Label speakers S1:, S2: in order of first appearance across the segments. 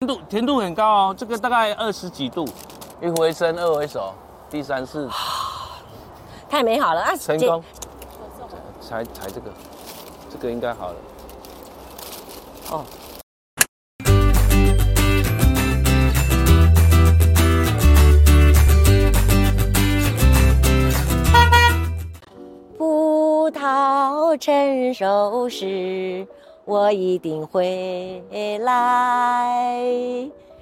S1: 甜度甜度很高哦，这个大概二十几度，一回生二回熟，第三次
S2: 啊太美好了啊！
S1: 成
S2: 姐
S1: 功，才才这个，这个应该好了。哦，
S2: 葡萄成熟时，我一定会来。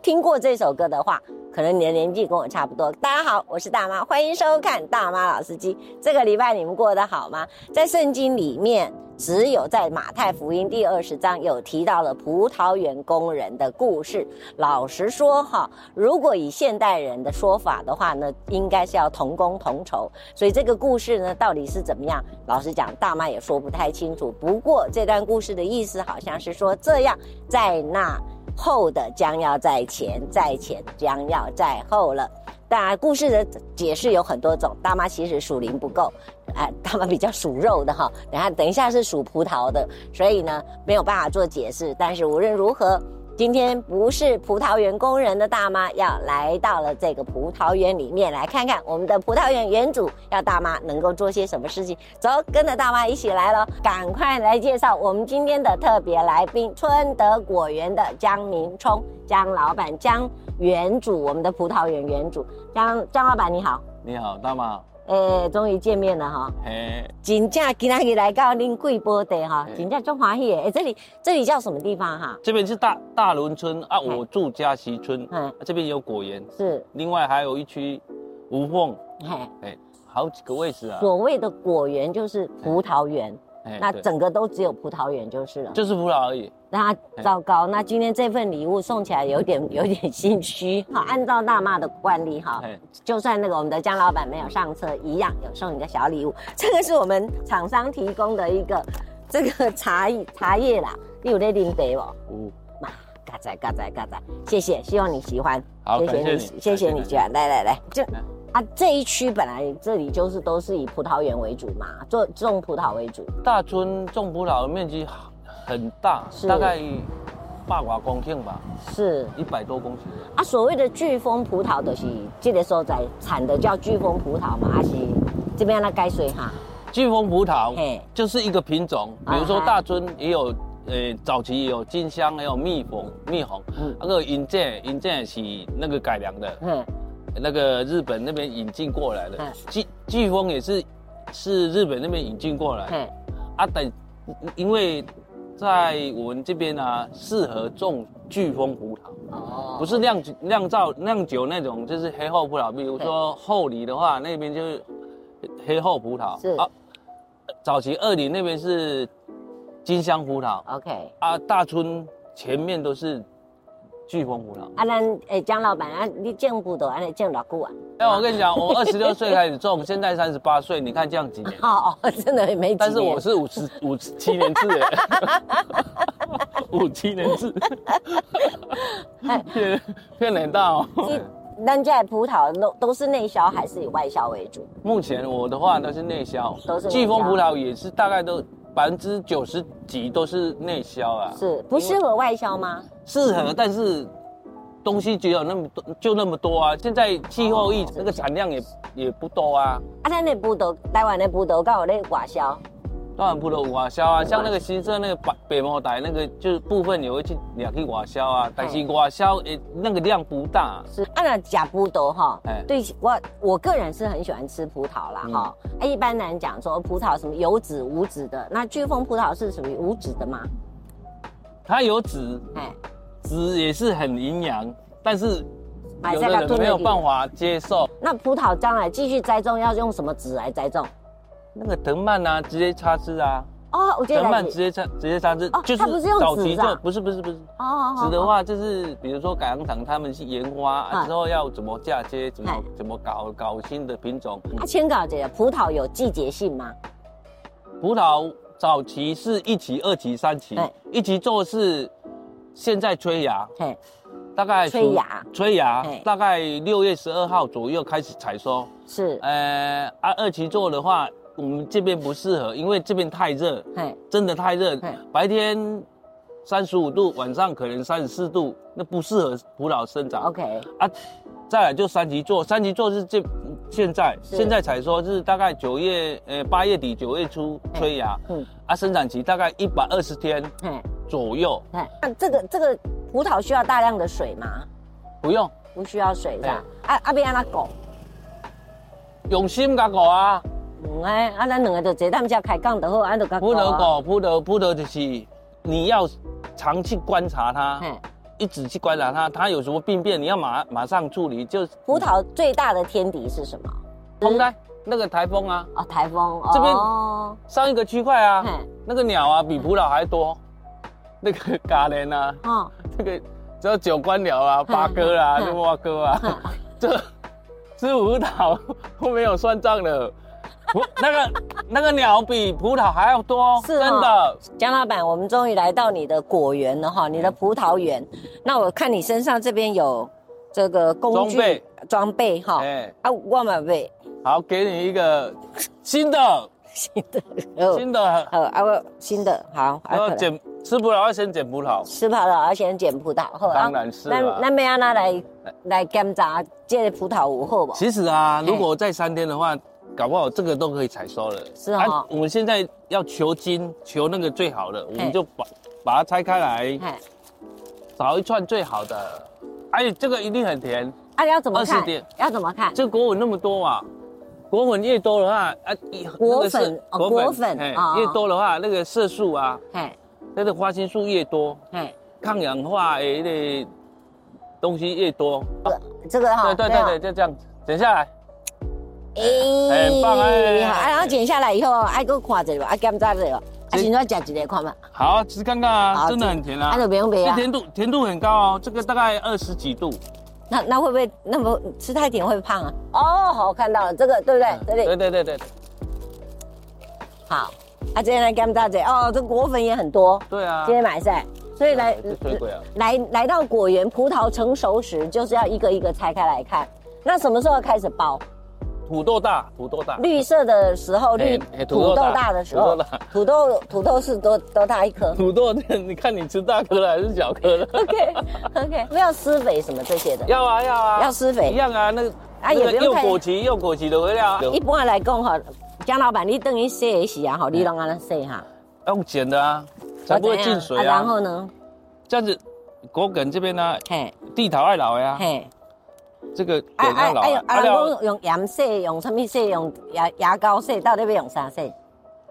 S2: 听过这首歌的话，可能你的年纪跟我差不多。大家好，我是大妈，欢迎收看《大妈老司机》。这个礼拜你们过得好吗？在圣经里面，只有在马太福音第二十章有提到了葡萄园工人的故事。老实说哈，如果以现代人的说法的话呢，应该是要同工同酬。所以这个故事呢，到底是怎么样？老实讲，大妈也说不太清楚。不过这段故事的意思好像是说，这样在那后的将要在前，在前将要在后了。当然，故事的解释有很多种。大妈其实属灵不够，哎，大妈比较属肉的哈。等下，等一下是属葡萄的，所以呢没有办法做解释。但是无论如何，今天不是葡萄园工人的大妈，要来到了这个葡萄园里面来看看我们的葡萄园园主要大妈能够做些什么事情。走，跟着大妈一起来喽！赶快来介绍我们今天的特别来宾——春德果园的江明冲江老板、江园主，我们的葡萄园园主江江老板你好。
S1: 你好，大妈，
S2: 诶，呃终于见面了哈！
S1: 嘿，
S2: 真正今天来到恁贵波地哈，
S1: 嗯
S2: 真正中欢喜的。诶，这里这里叫什么地方哈？
S1: 这边是大大仑村啊，
S2: 嗯
S1: 我住嘉溪村，啊
S2: 嗯，
S1: 这边有果园，
S2: 是，
S1: 另外还有一区无缝，
S2: 嘿，
S1: 哎，好几个位置啊，
S2: 所谓的果园就是葡萄园，
S1: 哎
S2: 那
S1: 对哎
S2: 整个都只有葡萄园就是了。
S1: 就是葡萄而已，
S2: 那糟糕，那今天这份礼物送起来有点有点心虚。好，按照大妈的惯例哈，
S1: 哎，
S2: 就算那个我们的江老板没有上车，一样有送你的小礼物。这个是我们厂商提供的一个这个茶叶茶叶啦，你有在领杯哦。
S1: 五，
S2: 嘎仔嘎仔嘎仔，谢谢，希望你喜欢。
S1: 好，
S2: 谢
S1: 感
S2: 谢
S1: 谢嗯
S2: 你，
S1: 你，
S2: 谢谢你，居然来来来，就
S1: 来
S2: 啊这一区本来这里就是都是以葡萄园为主嘛，做种葡萄为主，
S1: 大村种葡萄的面积很大
S2: 是，
S1: 大概八卦公顷吧，
S2: 是
S1: 一百多公顷。
S2: 啊所谓的飓风葡萄的、就是这个所在产的叫飓风葡萄嘛，还、是这边那改水哈，
S1: 巨峰葡萄
S2: 嘿
S1: 就是一个品种，比如说
S2: 啊哈
S1: 大村也有，呃，早期也有金香，也有蜜蜂、蜜红
S2: 嗯，
S1: 那个银剑，银剑是那个改良的，
S2: 嗯
S1: 那个日本那边引进过来的
S2: 嗯。
S1: 巨巨峰也是是日本那边引进过来的
S2: 嗯
S1: 啊，但因为在我们这边啊，适合种巨峰葡萄。
S2: 哦
S1: 不是酿酒酿造酿酒那种，就是黑厚葡萄。比如说厚梨的话，那边就是黑厚葡萄。啊
S2: 是，
S1: 早期二里那边是金香葡萄
S2: OK。
S1: 啊，大村前面都是巨峰葡萄。
S2: 啊，咱诶，江老板啊，你种葡萄安尼种偌久啊？
S1: 但哎我跟你讲，我二十六岁开始种，现在三十八岁，你看这样 几年？
S2: 哦哦，真的没几年。
S1: 但是我是五十五十七年制的， 五七年 制，
S2: 哎
S1: 骗骗人大哦。
S2: 你咱这的葡萄都都是内销还是以外销为主？
S1: 目前我的话都是内销
S2: 都是，内销
S1: 季风葡萄也是大概都百分之九十几都是内销啊，
S2: 是不适合外销吗？
S1: 适合，但是东西只有那么多，就那么多啊。现在气候疫
S2: 哦
S1: 情，那个产量也也不多啊。
S2: 啊，咱的葡萄，台湾的葡萄，跟有咧外销，
S1: 当然不能瓦销啊，像那个新社那个北北茅台那个，就是部分也会去也去瓦销
S2: 嗯
S1: 啊，但是瓦销诶那个量不大，
S2: 是啊，那假葡萄哈
S1: 哎，嗯
S2: 对我我个人是很喜欢吃葡萄啦哈。啊，一般人讲说葡萄什么有籽无籽的，那巨峰葡萄是属于无籽的吗？
S1: 它有籽，
S2: 哎，
S1: 籽也是很营养，但是
S2: 买
S1: 有
S2: 下来
S1: 的
S2: 吞
S1: 人没
S2: 了
S1: 有
S2: 你
S1: 办法接受。
S2: 那葡萄将来继续栽种要用什么籽来栽种？
S1: 那个藤蔓啊，直接插枝啊，
S2: 哦，我觉得
S1: 藤
S2: 来
S1: 蔓
S2: 自
S1: 直接插直接插枝
S2: 哦，它不是用
S1: 早期
S2: 籽啊
S1: 就不是不是不是，
S2: 哦哦
S1: 籽的话就是比如说改良场他们去研发啊
S2: 嗯
S1: 之后要怎么嫁接，怎
S2: 哎
S1: 么怎么搞搞新的品种。
S2: 啊，千稿姐，葡萄有季节性吗？
S1: 葡萄早期是一期、二期、三期
S2: 哎，
S1: 一期做是现在催芽，
S2: 嘿，
S1: 大概
S2: 催
S1: 属
S2: 芽
S1: 催芽
S2: 哎
S1: 大概六月十二号左右开始采收。
S2: 是，
S1: 呃，啊，二期做的话，我们这边不适合，因为这边太热。
S2: 嘿，
S1: 真的太热
S2: 嘿，
S1: 白天三十五度，晚上可能三十四度，那不适合葡萄生长。
S2: OK，
S1: 啊，再来就三级座，三级座是这现在
S2: 是
S1: 现在才说是大概九月呃八月底九月初催芽，
S2: 嗯，
S1: 啊生长期大概一百二十天
S2: 哎
S1: 左右，
S2: 哎，那这个这个葡萄需要大量的水吗？
S1: 不用
S2: 不需要水是吧？
S1: 哎
S2: 啊啊，要安怎搞？
S1: 用心甲顾啊，
S2: 嗯哎，啊，咱两个就坐咱们家开讲就好，啊安就甲
S1: 葡萄果葡萄葡萄就是你要常去观察它，
S2: 嘿，
S1: 一直去观察它，它有什么病变你要马马上处理，就
S2: 葡萄最大的天敌是什么？
S1: 风灾那个台风啊，
S2: 哦，台风。
S1: 这边
S2: 哦，
S1: 上一个区块啊
S2: 嘿，
S1: 那个鸟啊比葡萄还多，那个咖喱啊。
S2: 哦，
S1: 这个只有九官僚啊、八哥啊、
S2: 嗯
S1: 六八哥 啊，这吃葡 萄我没有算账了。葡那个那个鸟比葡萄还要多，
S2: 是哦
S1: 真的。
S2: 江老板，我们终于来到你的果园了哈，你
S1: 嗯
S2: 的葡萄园。那我看你身上这边有这个工
S1: 装
S2: 具
S1: 备
S2: 装备哈，
S1: 哎，
S2: 啊，我嘛备
S1: 好，给你一个新的
S2: 新的，哦
S1: 新的，
S2: 好啊，我新的好，啊
S1: 然
S2: 可
S1: 后
S2: 能
S1: 捡吃葡萄要先捡葡萄，
S2: 吃葡萄要先捡葡萄，好啊
S1: 当然是啊哎啦
S2: 那那要安那来来检查这个葡萄有好不好？
S1: 其实啊，
S2: 嘿
S1: 如果在三天的话，搞不好这个都可以采收了。
S2: 哎是哦
S1: 啊我们现在要求精，求那个最好的，我
S2: 嘿
S1: 们就把把它拆开来，
S2: 哎，
S1: 找一串最好的。哎，这个一定很甜。
S2: 啊，要怎么
S1: 20
S2: 看
S1: 点？
S2: 要怎么看？
S1: 这国粉那么多嘛，国粉越多的话，啊，一
S2: 果
S1: 那个是
S2: 粉哦果粉
S1: 哎
S2: 哦
S1: 越多的话，那个色素啊，
S2: 哎
S1: 那个花青素越多，
S2: 哎，
S1: 抗氧化的那个东西越多。啊
S2: 这个哈，啊
S1: 对对
S2: 这
S1: 对
S2: 个
S1: 对，就这样子，剪下来。
S2: 哎，
S1: 很棒哎
S2: 好啊，然后剪下来以后，爱搁看一下吧，啊，检查一下吧，啊，
S1: 这
S2: 先来吃一个看嘛，
S1: 好，吃看看啊，
S2: 好
S1: 真的很甜
S2: 啊，
S1: 啊
S2: 就，不用白
S1: 这
S2: 啊。
S1: 甜度甜度很高哦，这个大概二十几度。
S2: 那那会不会那么吃太甜会胖啊？哦，好，看到了这个，对不对？这
S1: 对
S2: 里
S1: 对对对
S2: 好，啊，今天来检查一下，哦，这果粉也很多，
S1: 对啊
S2: 今，天买晒，所以来
S1: 哎这水鬼啊，
S2: 来来到果园，葡萄成熟时就是要一个一个拆开来看。那什么时候开始剥？
S1: 土豆大，土豆大，
S2: 绿色的时候，绿
S1: 哎哎
S2: 土豆大的时候
S1: 土豆大，
S2: 土豆土豆是多多大一 颗
S1: 土豆，你看你吃大颗了还是小颗了？
S2: ？OK OK，没有施肥什么这些的，
S1: 要啊要啊，
S2: 要施
S1: 一
S2: 肥。
S1: 样啊，那个
S2: 啊
S1: 啊
S2: 也
S1: 也
S2: 不用
S1: 用
S2: 太
S1: 果皮用果皮的肥料啊，
S2: 一般来讲哈，江老板，你等于洗的时啊，吼，你拢安尼洗哈，
S1: 用剪的啊，才不会进水
S2: 然
S1: 啊。
S2: 后呢，
S1: 这样子，果梗这边呢，
S2: 嘿
S1: 地头爱老呀，
S2: 嘿，
S1: 这个梗要啊老啊。
S2: 啊，
S1: 啊
S2: 人
S1: 了，
S2: 讲用盐洗，用什么洗，用牙牙膏洗，到底要用啥洗？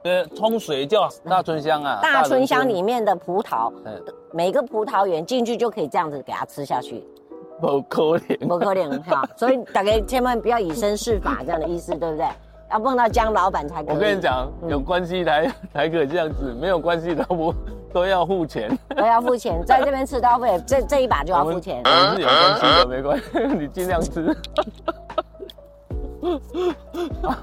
S1: 呃，冲水叫大春香啊，
S2: 大春香
S1: 人
S2: 里面的葡萄，
S1: 参，
S2: 每个葡萄园进去就可以这样子给它吃下去，
S1: 不可能。
S2: 不可能哈。所以大家千万不要以身试法，这样的意思对不对？要碰到江老板才可以。
S1: 我跟你，讲，
S2: 嗯
S1: 有关系 才才可以这样子，没有关系都不都要付钱。
S2: 都要付钱，在这边吃都要付钱，这这一把就要付钱
S1: 我。们是有关系的，没关系， 你尽量 吃。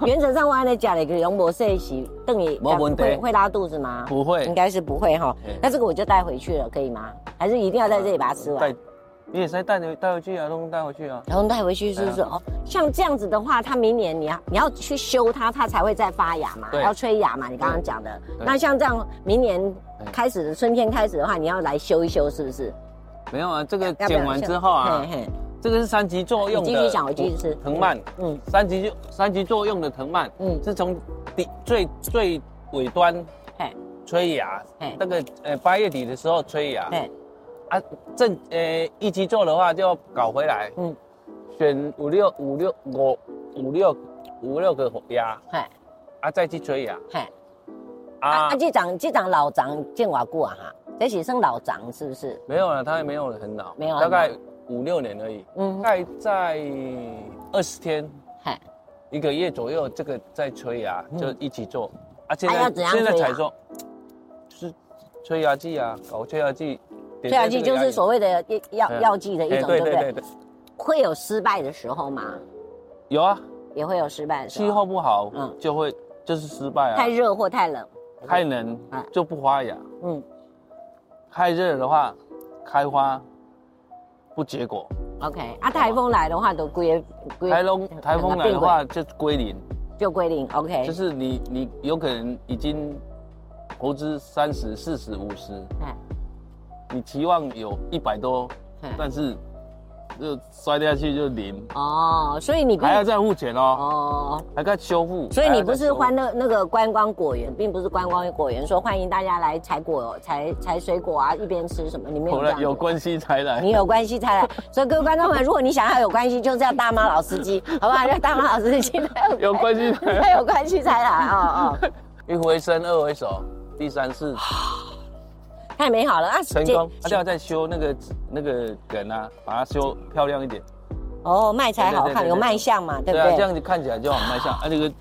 S2: 原则上，我按你讲了一个容伯设洗，邓你
S1: 没问题
S2: 会会拉肚子吗？
S1: 不会
S2: 应该是不会哈
S1: 嗯。
S2: 那这个我就带回去了，可以吗？还是一定要在这里把它吃完
S1: 带？，你也是带回带回去啊，都带回去啊。
S2: 然后带回去是不是？哦，像这样子的话，它明年你要你要去修它，它才会再发芽嘛，
S1: 对
S2: 要催芽嘛。你刚刚讲的，
S1: 对
S2: 那像这样明年
S1: 对
S2: 开始的春天开始的话，你要来修一修，是不是？
S1: 没有啊，这个
S2: 要不要
S1: 剪完之后啊
S2: 嘿，嘿，
S1: 这个是三级作用的。
S2: 你继续讲我继续吃
S1: 藤蔓，
S2: 嗯
S1: 三级就三级作用的藤蔓，
S2: 嗯，
S1: 是从底最最尾端
S2: 嘿，
S1: 催芽
S2: 嘿，
S1: 那个呃八月底的时候催芽。
S2: 嘿，
S1: 啊，正呃一级做的话就要搞回来，
S2: 嗯
S1: 嗯，选五六五六五五六五六个芽
S2: 嘿，
S1: 啊，再去催芽
S2: 嘿。啊
S1: 啊
S2: 啊，。这长这长老长见瓦固啊哈，这起算老长是不是？
S1: 没有了，它也没有很老，
S2: 没有很
S1: 大
S2: 老
S1: 概五六年而已，
S2: 嗯
S1: 大，概在二十天
S2: 嘿，
S1: 一个月左右，这个在催芽
S2: 嗯
S1: 就一起做。啊，现
S2: 要怎
S1: 在
S2: 样
S1: 现在
S2: 催芽
S1: 才做，是催芽剂啊，搞催芽剂。
S2: 催
S1: 催
S2: 芽剂就是所谓的药药
S1: 嗯
S2: 药剂的一种，
S1: 对
S2: 对不
S1: 对对
S2: 对？
S1: 对，
S2: 会有失败的时候嘛，
S1: 有啊，
S2: 也会有失败的时
S1: 气
S2: 候，
S1: 候不好，
S2: 嗯
S1: 就会就是失败
S2: 太
S1: 啊，
S2: 热或太冷，
S1: 太冷
S2: 嗯
S1: 就不发芽，
S2: 嗯
S1: 太热的话开花不结果，
S2: ，OK。啊，台风来的话都归归
S1: 哦台风台风来的话就归零。
S2: 就归零，OK。
S1: 就是你你有可能已经投资三十、四十、五十，
S2: 哎，
S1: 你期望有一百多，
S2: 嗯
S1: 但是就摔下去就零，
S2: 哦，所以你不
S1: 还要再付钱哦，
S2: 哦，
S1: 还该修复。
S2: 所以
S1: 还
S2: 你
S1: 要再
S2: 不是
S1: 修复
S2: 欢乐那个观光果园，并不是观光果园说欢迎大家来采果、采采水果啊，一边吃什么，你没有
S1: 后
S2: 这
S1: 来
S2: 样子嗯
S1: 有关系才来
S2: 你。有关系才来。所以各位观众朋友，如果你想要有关系，就叫大妈老司机，好不好？叫大妈老司机，他有
S1: 有关系才来
S2: 他有关系才来哦哦，
S1: 一回生，二回熟，第三次
S2: 太美好了啊！
S1: 成
S2: 姐
S1: 功，他就要再修那个那个梗啊，把它修漂亮一点。
S2: 哦，卖才好
S1: 对对对
S2: 看，
S1: 对
S2: 有卖相嘛，对不
S1: 对啊，这
S2: 对？
S1: 样子看起来就好卖相。啊，这个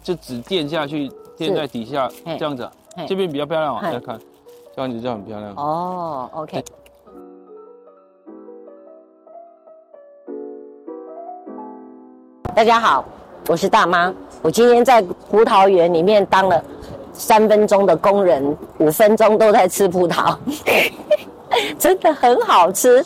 S1: 就只垫下去，垫在底下
S2: 嘿
S1: 这样子啊
S2: 嘿，
S1: 这边比较漂亮
S2: 嘿
S1: 啊，要看，这样子就很漂亮。啊
S2: 哦，OK，大家好，我是大妈。我今天在葡萄园里面当了三分钟的工人，五分钟都在吃葡萄， 真的很好吃。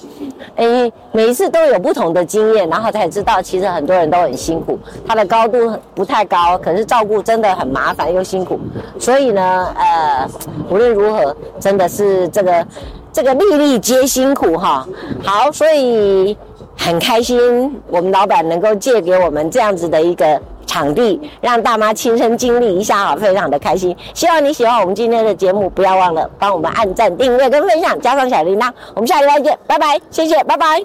S2: 哎，每一次都有不同的经验，然后才知道其实很多人都很辛苦。它的高度不太高，可是照顾真的很麻烦又辛苦。所以呢，呃，无论如何，真的是这个这个粒粒皆辛苦哈。好，所以很开心，我们老板能够借给我们这样子的一个场地，让大妈亲身经历一下哈，非常的开心。希望你喜欢我们今天的节目，不要忘了帮我们按赞、订阅跟分享，加上小铃铛。我们下礼拜见，拜拜，谢谢，拜拜。